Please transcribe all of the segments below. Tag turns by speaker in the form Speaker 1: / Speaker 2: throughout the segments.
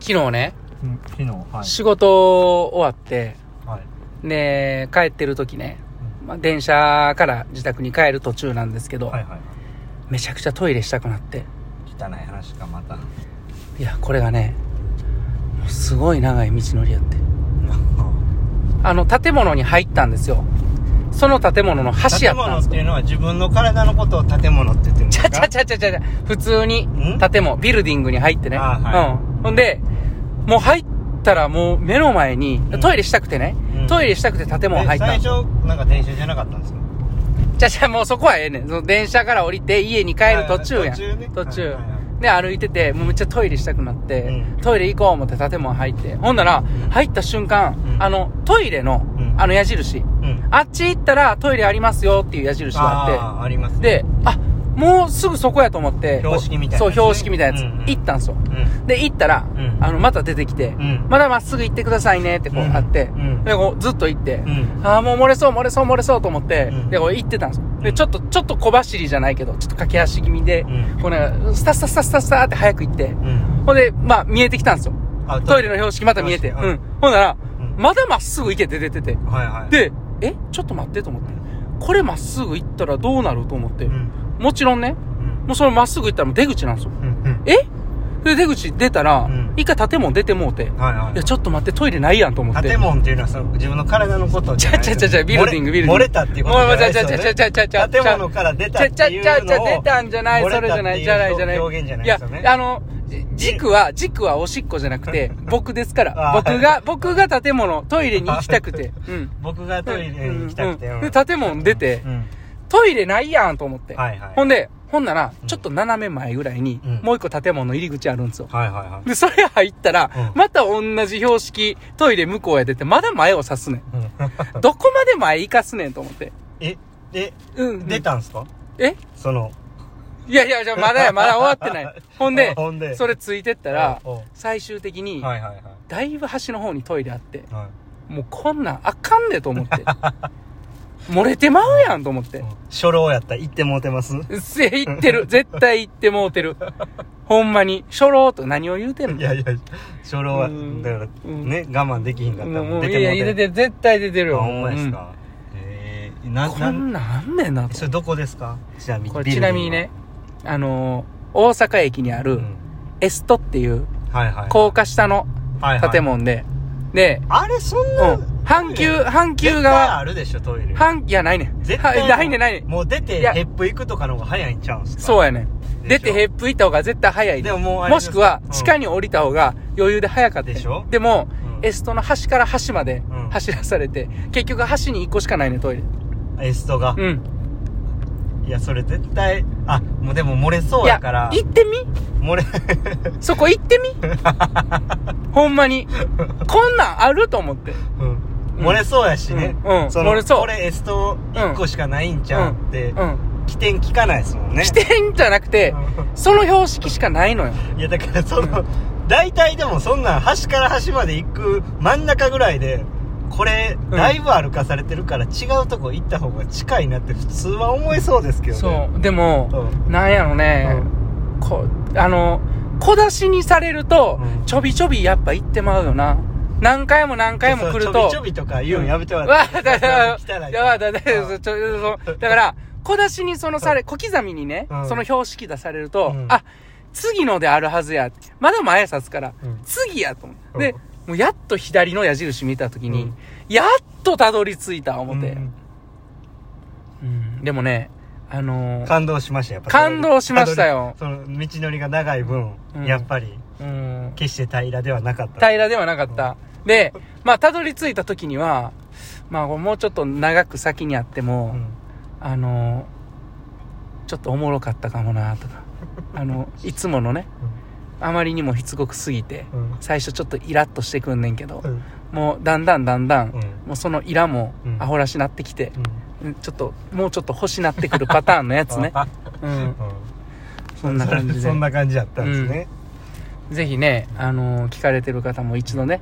Speaker 1: 昨日ね、
Speaker 2: うん昨日はい
Speaker 1: 仕事終わって、
Speaker 2: はい
Speaker 1: で、帰ってる時ね、まあ、電車から自宅に帰る途中なんですけど、
Speaker 2: はいはい
Speaker 1: めちゃくちゃトイレしたくなって。
Speaker 2: 汚い話かまた
Speaker 1: いや、これがね、もうすごい長い道のりやって。あの、建物に入ったんですよ。その建物の 橋や
Speaker 2: 建
Speaker 1: ったん
Speaker 2: 物
Speaker 1: です
Speaker 2: っ
Speaker 1: けど
Speaker 2: ていうのは自分の体のことを建物って言ってるんで
Speaker 1: ち
Speaker 2: す
Speaker 1: ゃ
Speaker 2: か
Speaker 1: ちゃちゃちゃちゃちゃ、普通に
Speaker 2: ん
Speaker 1: 建物、ビルディングに入ってね。
Speaker 2: あは
Speaker 1: うん。ほんで、もう入ったらもう目の前に
Speaker 2: う、ん
Speaker 1: トイレしたくてね、
Speaker 2: うん
Speaker 1: トイレしたくて建物入
Speaker 2: え
Speaker 1: ったの
Speaker 2: 最。初なんか電車じゃなかったんですか
Speaker 1: じゃじゃもうそこはええねん。その電車から降りて家に帰る途中やん。
Speaker 2: はいはい途中ね
Speaker 1: 途中
Speaker 2: はいはい
Speaker 1: で、歩いてて、もうめっちゃトイレしたくなって、
Speaker 2: うん
Speaker 1: トイレ行こう思って建物入って。ほんなら、入った瞬間、
Speaker 2: うん
Speaker 1: あの、トイレの、
Speaker 2: うん
Speaker 1: あの矢印、
Speaker 2: うん
Speaker 1: あっち行ったらトイレありますよっていう矢印があっ
Speaker 2: あーあります
Speaker 1: て、
Speaker 2: ね
Speaker 1: で、あ、もうすぐそこやと思って、
Speaker 2: 標識みたいな
Speaker 1: そ
Speaker 2: やつね
Speaker 1: う、標識みたいなやつ。
Speaker 2: うんうん
Speaker 1: 行ったんすよ。
Speaker 2: うん
Speaker 1: で、行ったら、
Speaker 2: うん
Speaker 1: あの、また出てきて、
Speaker 2: ん
Speaker 1: まだまっすぐ行ってくださいねってこう
Speaker 2: うん
Speaker 1: あって、
Speaker 2: うん
Speaker 1: で、こうずっと行って、
Speaker 2: ん
Speaker 1: ああ、もう漏れそう、漏れそう、漏れそうと思って、
Speaker 2: うん
Speaker 1: で、こう行ってたんですよ。で、ちょっと、ちょっと小走りじゃないけど、ちょっと駆け足気味で、
Speaker 2: うん
Speaker 1: こうね、スタスタスタスタスタって早く行って、
Speaker 2: うん
Speaker 1: ほんで、まあ、見えてきたんですよ。
Speaker 2: あ
Speaker 1: トイレの標識また見えて、う
Speaker 2: 標識
Speaker 1: ん。ほんなら、
Speaker 2: うん
Speaker 1: まだまっすぐ行けって出てて、
Speaker 2: はいはい
Speaker 1: で、え、ちょっと待ってと思って、これまっすぐ行ったらどうなると思って、
Speaker 2: うん
Speaker 1: もちろんね、
Speaker 2: うん
Speaker 1: もうそのまっすぐ行ったらもう出口なんですよ。
Speaker 2: うんうん
Speaker 1: えで、出口出たら、
Speaker 2: うん
Speaker 1: 一回建物出てもうて、
Speaker 2: はいはい
Speaker 1: いや、ちょっと待って、トイレないやんと思って。
Speaker 2: 建物っていうのはその自分の体のこと
Speaker 1: ち
Speaker 2: じゃ
Speaker 1: ゃ
Speaker 2: ない
Speaker 1: ちゃちゃちゃ、ビルディング、ビルディング。
Speaker 2: 漏れたっていうことじゃないですよ、ね、
Speaker 1: ちゃちゃちゃちゃちゃちゃ。
Speaker 2: 建物から出たっていうのを
Speaker 1: ちゃちゃちゃちゃ出たんじゃない、
Speaker 2: 漏れた
Speaker 1: それじゃ
Speaker 2: ってう
Speaker 1: ない、じゃない、じゃない。
Speaker 2: 表現じゃないですよね
Speaker 1: いや、あの、軸は、軸はおしっこじゃなく て、僕ですから。
Speaker 2: あー
Speaker 1: 僕が、僕が建物、トイレに行きたくて。うん。
Speaker 2: 僕がトイレに行きたくて、
Speaker 1: うん
Speaker 2: う
Speaker 1: うんんで、建物出て、
Speaker 2: うん
Speaker 1: トイレないやんと思って。
Speaker 2: はいはい
Speaker 1: ほんで、ほんなら、ちょっと斜め前ぐらいに
Speaker 2: うん、
Speaker 1: もう一個建物の入り口あるんですよ。
Speaker 2: はいはいはい
Speaker 1: で、それ入ったら、
Speaker 2: うん
Speaker 1: また同じ標識、トイレ向こうへ出て、まだ前を指すねん。
Speaker 2: うん
Speaker 1: どこまで前行かすねんと思って。
Speaker 2: ええ
Speaker 1: うん。
Speaker 2: 出たんすか
Speaker 1: え
Speaker 2: その
Speaker 1: いやいや、じゃあまだや、まだ終わってない。 ほんで、
Speaker 2: ほんで
Speaker 1: それついてったら
Speaker 2: おうおう、
Speaker 1: 最終的に、
Speaker 2: はいはいはい
Speaker 1: だいぶ端の方にトイレあって、
Speaker 2: は
Speaker 1: もうこんなんあかんでと思って。 漏れてまうやんと思って
Speaker 2: い、。初老やったら行ってもうてます
Speaker 1: うっせえ、言 ってる。絶対言ってもうてる。ほんまに。初老と何を言うてんの
Speaker 2: いやいや初老は
Speaker 1: うん
Speaker 2: だから
Speaker 1: うん
Speaker 2: ね我慢できひんかったら
Speaker 1: も
Speaker 2: も
Speaker 1: う
Speaker 2: う
Speaker 1: もう
Speaker 2: 出
Speaker 1: い
Speaker 2: て
Speaker 1: やい
Speaker 2: も
Speaker 1: や、
Speaker 2: う
Speaker 1: 出
Speaker 2: て
Speaker 1: て絶対出てる
Speaker 2: あ
Speaker 1: よ。
Speaker 2: ほんまです
Speaker 1: うん
Speaker 2: かえーな
Speaker 1: こん
Speaker 2: な
Speaker 1: なんあんねんなと
Speaker 2: それどこですかちなみに
Speaker 1: これ
Speaker 2: ビ
Speaker 1: ち
Speaker 2: ルディ
Speaker 1: な
Speaker 2: ング
Speaker 1: みにね、あのー、大阪駅にあ
Speaker 2: う
Speaker 1: る
Speaker 2: ん
Speaker 1: エストっていう
Speaker 2: はいはい
Speaker 1: 高架下の
Speaker 2: はいはい
Speaker 1: 建物で、で、
Speaker 2: あれそん
Speaker 1: う、
Speaker 2: なん
Speaker 1: 阪急、阪急
Speaker 2: 絶対
Speaker 1: 側、
Speaker 2: あるでしょトイレ
Speaker 1: 阪、いや、ないねん。
Speaker 2: 絶
Speaker 1: は
Speaker 2: 対
Speaker 1: ないねん、ないねん。
Speaker 2: もう出て
Speaker 1: いや
Speaker 2: ヘップ行くとかの方が早いんちゃうんすか
Speaker 1: そうやねん。出
Speaker 2: でしょ
Speaker 1: てヘップ行った方が絶対早いねん。
Speaker 2: でももうあれ
Speaker 1: もしくは、地下
Speaker 2: に
Speaker 1: に降りた方が余裕で早かった。
Speaker 2: でしょ
Speaker 1: でも、
Speaker 2: うん
Speaker 1: エストの端から端まで
Speaker 2: うん
Speaker 1: 走らされて、結局端に1個しかないねん、トイレ。
Speaker 2: エストが
Speaker 1: うん。
Speaker 2: いやそれ絶対あもうでも漏れそう
Speaker 1: い
Speaker 2: や
Speaker 1: や、
Speaker 2: から
Speaker 1: 行ってみ
Speaker 2: 漏れ
Speaker 1: そこ行ってみほんまに。こんなんあると思って。
Speaker 2: うん
Speaker 1: うん
Speaker 2: 漏れそうやしね
Speaker 1: うんうん
Speaker 2: その
Speaker 1: 漏れそう
Speaker 2: これエスト1個しかないんちゃうって
Speaker 1: うん。
Speaker 2: 起点聞かないですもんね
Speaker 1: 起点じゃなくて、その標識しかないのよ。
Speaker 2: いやだからその大体でもそんなん端から端まで行く真ん中ぐらいでこれ
Speaker 1: ん
Speaker 2: だいぶ歩かされてるから違うとこ行った方が近いなって普通は思いそうですけどね
Speaker 1: そう。でも、
Speaker 2: う
Speaker 1: なんやろね、こあの小出しにされると、
Speaker 2: うん
Speaker 1: ちょびちょびやっぱ行ってまうよな何回も何回も来ると
Speaker 2: ちょびちょびとか言うのやめても
Speaker 1: わ
Speaker 2: らって
Speaker 1: だだだ
Speaker 2: 汚いから
Speaker 1: やばいだだ
Speaker 2: う
Speaker 1: だ
Speaker 2: ん
Speaker 1: ちょそうだから小出しにそのされ小刻みにね、
Speaker 2: うん
Speaker 1: その標識出されると、
Speaker 2: うん
Speaker 1: あ次のであるはずやまだ前指すから、
Speaker 2: うん
Speaker 1: 次やと思って、
Speaker 2: うん
Speaker 1: でもうやっと左の矢印見た時に、
Speaker 2: うん
Speaker 1: やっとたどり着いた思って、
Speaker 2: うん
Speaker 1: うんでもねあのー
Speaker 2: 感動しましたやっぱ
Speaker 1: 感動しましたよ
Speaker 2: その道のりが長い分、
Speaker 1: うん
Speaker 2: やっぱり
Speaker 1: うん
Speaker 2: 決して平らではなかった
Speaker 1: 平らではなかった。で、まあ、たどり着いた時には、まあ、もうちょっと長く先にあっても、
Speaker 2: うん
Speaker 1: あの、ちょっとおもろかったかもな、と か。あの、いつものね、あまりにもしつこくすぎて、
Speaker 2: うん
Speaker 1: 最初ちょっとイラッとしてくんねんけど
Speaker 2: う、ん
Speaker 1: もうだんだんだんだん、
Speaker 2: うん
Speaker 1: もうそのイラも
Speaker 2: うん
Speaker 1: アホらしなってきて、うんちょっと、もうちょっと欲しなってくるパターンのやつね
Speaker 2: 。あ
Speaker 1: うん。そん
Speaker 2: うん
Speaker 1: な感じ
Speaker 2: そ
Speaker 1: で
Speaker 2: ん。な感じだったんですね、
Speaker 1: ぜひね、あの聞かれてる方も一度ね、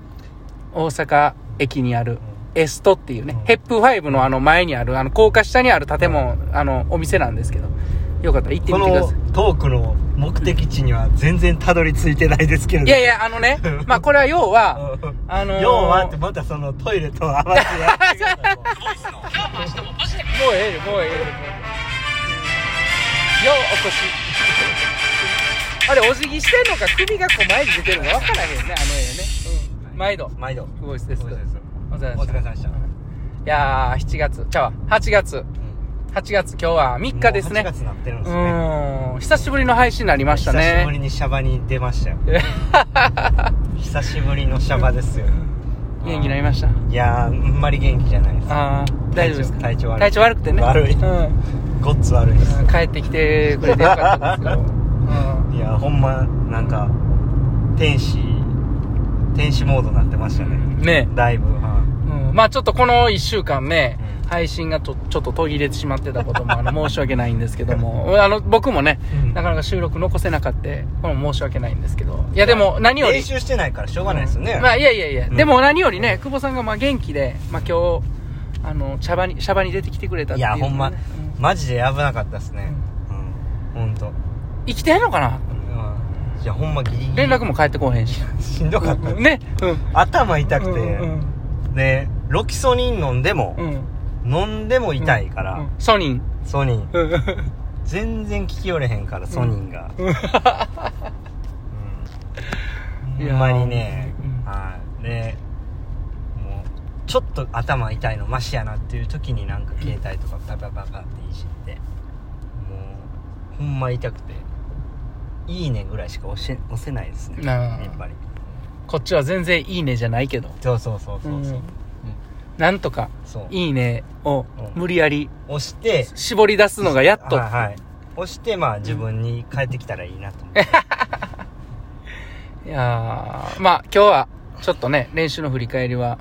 Speaker 1: 大阪駅にあるエストっていうね、
Speaker 2: うん
Speaker 1: ヘップファイブのあの前にある、あの高架下にある建物、あの、お店なんですけど、よかったら行って
Speaker 2: こ
Speaker 1: みてくだ
Speaker 2: の
Speaker 1: さい。
Speaker 2: トークの目的地には全然たどり着いてないですけれど
Speaker 1: いやいや、あの ね、まあこれは要は、あのー
Speaker 2: 要はってまたそのトイレと合わせやってくださいもう
Speaker 1: もうええよもうええよもうええよようお越しあれお辞儀してんのか首がこう前に出てるのか分からへんねあの絵ね、 毎度
Speaker 2: 毎度
Speaker 1: 久保井です
Speaker 2: 久保井です
Speaker 1: お疲れ
Speaker 2: お
Speaker 1: 様
Speaker 2: 疲れ様
Speaker 1: で
Speaker 2: で
Speaker 1: し
Speaker 2: した
Speaker 1: い
Speaker 2: た
Speaker 1: やー7月ちゃうわ8月8月今日は3日ですね
Speaker 2: もう8月になってるん
Speaker 1: う
Speaker 2: ですね
Speaker 1: ーん久しぶりの配信になりましたね
Speaker 2: 久しぶりにシャバに出まし たよ久しぶりのシャバですよ
Speaker 1: 元気になりました
Speaker 2: いやーあんまり元気じゃないです
Speaker 1: あー大丈夫ですか
Speaker 2: 体調悪い
Speaker 1: 体調悪くてね
Speaker 2: 悪い
Speaker 1: うん
Speaker 2: ごっつ悪いです
Speaker 1: 帰ってきてくれてよかったですよ、うん
Speaker 2: いやほんまなんか天使天使モードになってましたね
Speaker 1: ね
Speaker 2: だいぶは
Speaker 1: うんまあちょっとこの1週間ね、
Speaker 2: うん
Speaker 1: 配信がちょちょっと途切れてしまってたこともあの申し訳ないんですけども、 あの僕もね、
Speaker 2: うん
Speaker 1: なかなか収録残せなかった、これも申し訳ないんですけど、いやでも何より、
Speaker 2: 練習してないからしょうがないですよね、
Speaker 1: うんまあいやいやいや、
Speaker 2: うん
Speaker 1: でも何よりね、久保さんがまあ元気で、まあ今日、あの、茶場に、茶場に出てきてくれたっ
Speaker 2: い
Speaker 1: ていう、
Speaker 2: や
Speaker 1: ね。
Speaker 2: ほんま、
Speaker 1: う
Speaker 2: マジで危なかったっすねうんほんと、
Speaker 1: 生きてんのかな
Speaker 2: うん、いやほんまギリギリ
Speaker 1: 連絡も返ってこうへんし。
Speaker 2: しんどかった、
Speaker 1: ね。うん。
Speaker 2: 頭痛くて、
Speaker 1: うん
Speaker 2: でロキソニン飲んでも
Speaker 1: う、ん。
Speaker 2: 飲んでも痛いから、
Speaker 1: うんソニン。
Speaker 2: ソニン
Speaker 1: うん
Speaker 2: 全然聞き寄れへんからソニン が、うん
Speaker 1: い
Speaker 2: ほ
Speaker 1: やー
Speaker 2: んまにね
Speaker 1: うん
Speaker 2: はいでもうちょっと頭痛いのマシやなっていう時になんか携帯とかパパパパっていじってもうほんま痛くて「いいね」ぐらいしか押し押せないですね
Speaker 1: なあ
Speaker 2: やっぱり
Speaker 1: こっちは全然いいねじゃないけど。
Speaker 2: そうそうそうそうそう、
Speaker 1: うんなんとか、
Speaker 2: そう
Speaker 1: いいねを
Speaker 2: うん
Speaker 1: 無理やり
Speaker 2: 押して
Speaker 1: 絞り出すのがやっと。
Speaker 2: はいはい押してまあ自分に帰ってきたらいいなと思って
Speaker 1: いやーまあ今日はちょっとね、練習の振り返りは、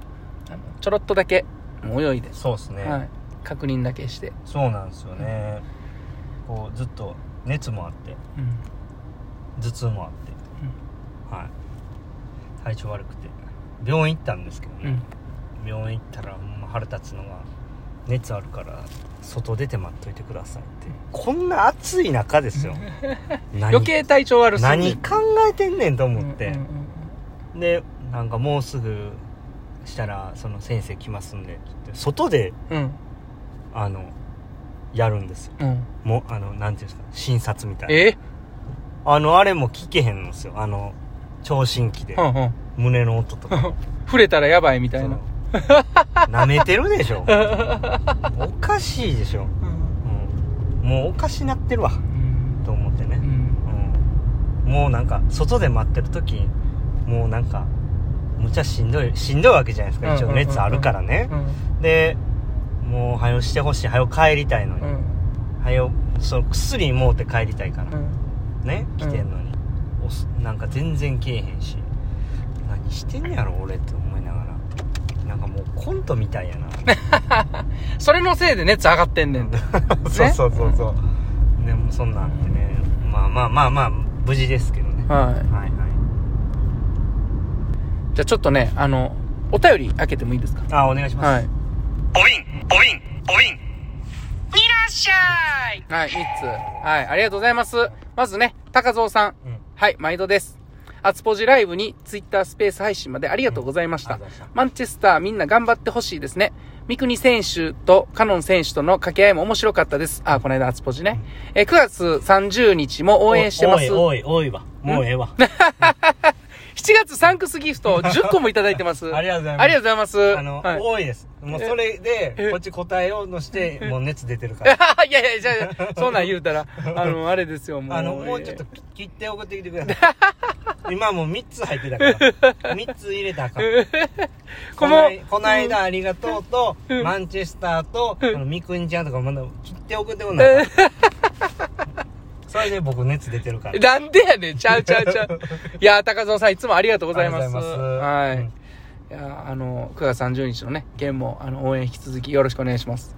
Speaker 1: あのちょろっとだけ泳いで、
Speaker 2: そうですね、
Speaker 1: はい、確認だけして、
Speaker 2: そうなんですよねこうずっと熱もあって
Speaker 1: うん
Speaker 2: 頭痛もあって、はい体調悪くて病院行ったんですけど
Speaker 1: う
Speaker 2: ね
Speaker 1: ん、
Speaker 2: 病院行ったらほんま腹立つのが熱あるから外出て待っといてくださいってこんな暑い中で すよ何
Speaker 1: 余計体調悪すぎ
Speaker 2: 何
Speaker 1: る
Speaker 2: 考えてんねんと思って、
Speaker 1: うんうんうん
Speaker 2: でなんかもうすぐしたらその先生来ますんでって言って外で
Speaker 1: うん、
Speaker 2: あのやるんですよ
Speaker 1: うんうん
Speaker 2: もうあのなんていうんですか診察みたいな
Speaker 1: え
Speaker 2: あのあれも聞けへんのですよあの聴診器で
Speaker 1: うんうん
Speaker 2: 胸の音とか
Speaker 1: 触れたらやばいみたいな。
Speaker 2: なめてるでしょおかしいでしょ、
Speaker 1: うん
Speaker 2: うん、もうおかしなってるわと思って
Speaker 1: う
Speaker 2: ね、
Speaker 1: ん
Speaker 2: うん、もうなんか外で待ってる時もうなんかむちゃしんどいしんどいわけじゃないですか一
Speaker 1: うん
Speaker 2: 応
Speaker 1: うんうんうん
Speaker 2: 熱あるからね
Speaker 1: うん
Speaker 2: でもう早よしてほしい早よ帰りたいの
Speaker 1: う
Speaker 2: に
Speaker 1: ん
Speaker 2: 早よその薬もうて帰りたいから
Speaker 1: うん
Speaker 2: ね来てんのに、おすなんか全然来えへんし何してんねやろ俺って思いながらなんかもうコントみたいや な
Speaker 1: それのせいで熱上がってんねん。
Speaker 2: そうそうそうそう、でもそんなんあってねまあまあまあまあ無事ですけどね、
Speaker 1: はい。
Speaker 2: はいはい
Speaker 1: じゃあちょっとね、あの、お便り開けてもいいですか
Speaker 2: あお願いします、
Speaker 1: はい。
Speaker 2: おびんおびんおびん
Speaker 1: はい、3つ。はい、ありがとうございます。まずね、高蔵さん。
Speaker 2: うん
Speaker 1: はい、毎度です。アツポジライブにツイッタースペース配信までありがとうございました。
Speaker 2: うんありがとうございまし
Speaker 1: マンチェスターみんな頑張ってほしいですね。三国選手とカノン選手との掛け合いも面白かったです。あ、この間アツポジね。えー、9月30日も応援してます。7
Speaker 2: おいおいおいわもうええわ
Speaker 1: 月サンクスギフトを10個もいただいてます。
Speaker 2: ありがとうございます
Speaker 1: ありがとうございます。
Speaker 2: あの、
Speaker 1: はい
Speaker 2: 多いですもうそれで
Speaker 1: え
Speaker 2: こっち答えようとしてもう熱出てるから
Speaker 1: いやいや、じゃあ、そんなん言うたら、あの、あれですよ、もう。
Speaker 2: あの、もうちょっとき切って送ってきてくださ い。今もう3つ入ってたから。3つ入れたらあかん。
Speaker 1: こ
Speaker 2: こ
Speaker 1: の
Speaker 2: の、この間ありがとうと、マンチェスターと、あの、みくんちゃんとかまだ切って送ってこない。 それで僕熱出てるから。
Speaker 1: なんでやねん、ちゃうちゃうちゃう。いやー、高蔵さんいつもありがとうございます。
Speaker 2: ありがとうございます
Speaker 1: はい。
Speaker 2: うん
Speaker 1: いやーあの、9月30日のね、件も、あの、応援引き続きよろしくお願いします。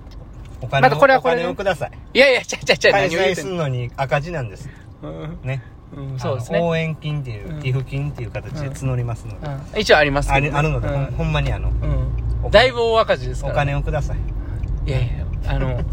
Speaker 2: お金
Speaker 1: ま
Speaker 2: を、
Speaker 1: たこれは
Speaker 2: お
Speaker 1: これで
Speaker 2: 金をください。
Speaker 1: いやいや、ちゃうちゃうちゃう、
Speaker 2: 開
Speaker 1: 何を言
Speaker 2: 催
Speaker 1: うて
Speaker 2: す
Speaker 1: ん
Speaker 2: る
Speaker 1: の。
Speaker 2: のに赤字なんです。
Speaker 1: うん
Speaker 2: ね。
Speaker 1: うん、そうです
Speaker 2: あの
Speaker 1: ね。
Speaker 2: 応援金っていうう、
Speaker 1: ん
Speaker 2: 寄付金っていう形で募りますので。
Speaker 1: うん一応あります
Speaker 2: あ
Speaker 1: けどね
Speaker 2: るあるので、ほんほんまにあの、
Speaker 1: うん。う
Speaker 2: お
Speaker 1: ん。だいぶ大赤字です
Speaker 2: お
Speaker 1: から。
Speaker 2: 金をください。
Speaker 1: いやいや、あの、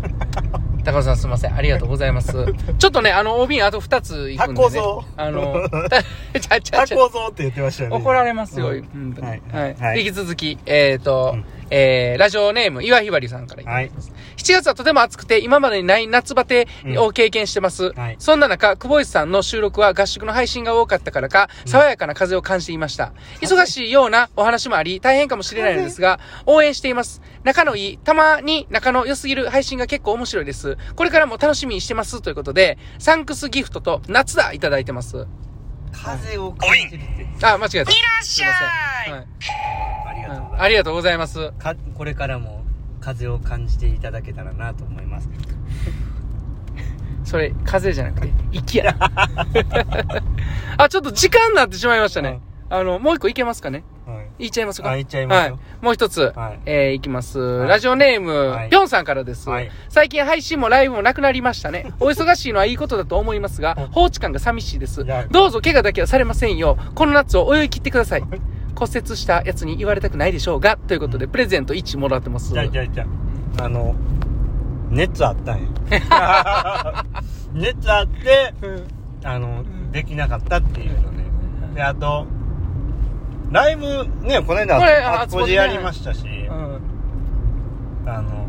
Speaker 1: 高尾さんすいません。ありがとうございます。ちょっとね、あの、お瓶あと2ついくんで、ね。
Speaker 2: 発酵ぞ
Speaker 1: あ の、たちゃちゃ
Speaker 2: あ、
Speaker 1: ち
Speaker 2: こ
Speaker 1: ゃ。
Speaker 2: うぞって言ってましたよね。
Speaker 1: 怒られますよ、
Speaker 2: う
Speaker 1: うんん、は
Speaker 2: はい
Speaker 1: い。
Speaker 2: はい
Speaker 1: 引き続き、えっ、と、
Speaker 2: うん
Speaker 1: えー、ラジオネーム、岩ひばりさんからいただいてます。7月はとても暑くて、今までにない夏バテを経験してます。
Speaker 2: んはい
Speaker 1: そんな中、久保井さんの収録は合宿の配信が多かったからか、爽やかな風を感じていました。忙しいようなお話もあり、大変かもしれないのですが、応援しています。仲のいい、たまに仲の良すぎる配信が結構面白いです。これからも楽しみにしてます。ということで、サンクスギフトと夏だいただいてます。
Speaker 2: 風を感じるって。
Speaker 1: あ、間違えた。いらっ
Speaker 3: しゃい
Speaker 1: はい
Speaker 2: ありがとうございます
Speaker 1: あ。りがとうございます。
Speaker 2: かこれからも風を感じていただけたらなと思います
Speaker 1: それ、風じゃなくて、息や。 あ、ちょっと時間になってしまいましたね。あの、もう一個いけますかね
Speaker 2: はい
Speaker 1: いっちゃいますか
Speaker 2: あいっちゃいますよ
Speaker 1: はもう一つ、
Speaker 2: はい
Speaker 1: えーいきます。
Speaker 2: い
Speaker 1: ラジオネーム、
Speaker 2: はい
Speaker 1: ぴょんさんからです、
Speaker 2: はい
Speaker 1: 最近配信もライブもなくなりました ね。お忙しいのはいいことだと思いますが
Speaker 2: うん、
Speaker 1: 放置感が寂しいです
Speaker 2: いや。
Speaker 1: どうぞ怪我だけはされませんよう。この夏を泳ぎ切ってください。骨折したやつに言われたくないでしょうが、ということで、プレゼント1もらってます。
Speaker 2: じゃあじゃあじゃああの熱あったん や熱あって
Speaker 1: うん
Speaker 2: あの
Speaker 1: ん
Speaker 2: できなかったっていうのねであとライブねこの間
Speaker 1: これ
Speaker 2: あそ
Speaker 1: 初
Speaker 2: こ
Speaker 1: こじ
Speaker 2: で
Speaker 1: ね
Speaker 2: やりましたし、
Speaker 1: うん
Speaker 2: あの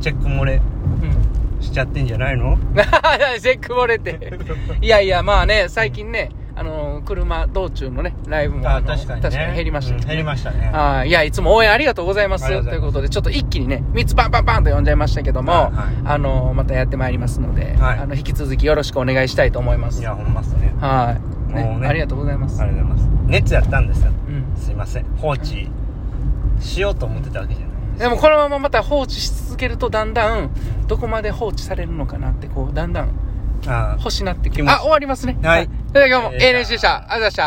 Speaker 2: チェック漏れ
Speaker 1: うん
Speaker 2: しちゃってんじゃないの
Speaker 1: せっくぼれ て。いやいや、まあね、最近ね、あのー車道中のね、ライブも。
Speaker 2: あ
Speaker 1: の
Speaker 2: 確かにね
Speaker 1: 減りました、
Speaker 2: うん減りましたね
Speaker 1: はい。いや、いつも応援ありがとうございます。
Speaker 2: あ
Speaker 1: と
Speaker 2: り
Speaker 1: い
Speaker 2: がとうござ
Speaker 1: う
Speaker 2: い
Speaker 1: ことで、
Speaker 2: ます
Speaker 1: ちょっと一気にね、3つパンパンパンと呼んじゃいましたけども、
Speaker 2: はいはい
Speaker 1: あのーまたやってまいりますので、
Speaker 2: はい
Speaker 1: あの、引き続きよろしくお願いしたいと思います。
Speaker 2: いやほんまっすね
Speaker 1: はい、ね
Speaker 2: もうね
Speaker 1: ありがとうございます。
Speaker 2: ありがとうございます熱やったんですよ
Speaker 1: うん。
Speaker 2: すいません放置しようと思ってたわけじゃない
Speaker 1: でもこのまままた放置し続けるとだんだん、どこまで放置されるのかなって、こう、だんだん
Speaker 2: ああ
Speaker 1: 欲しなってき
Speaker 2: 気持ち
Speaker 1: あ、終わりますね。
Speaker 2: はい
Speaker 1: それでは今日も
Speaker 2: えー
Speaker 1: ANH でした。ありがとうございました。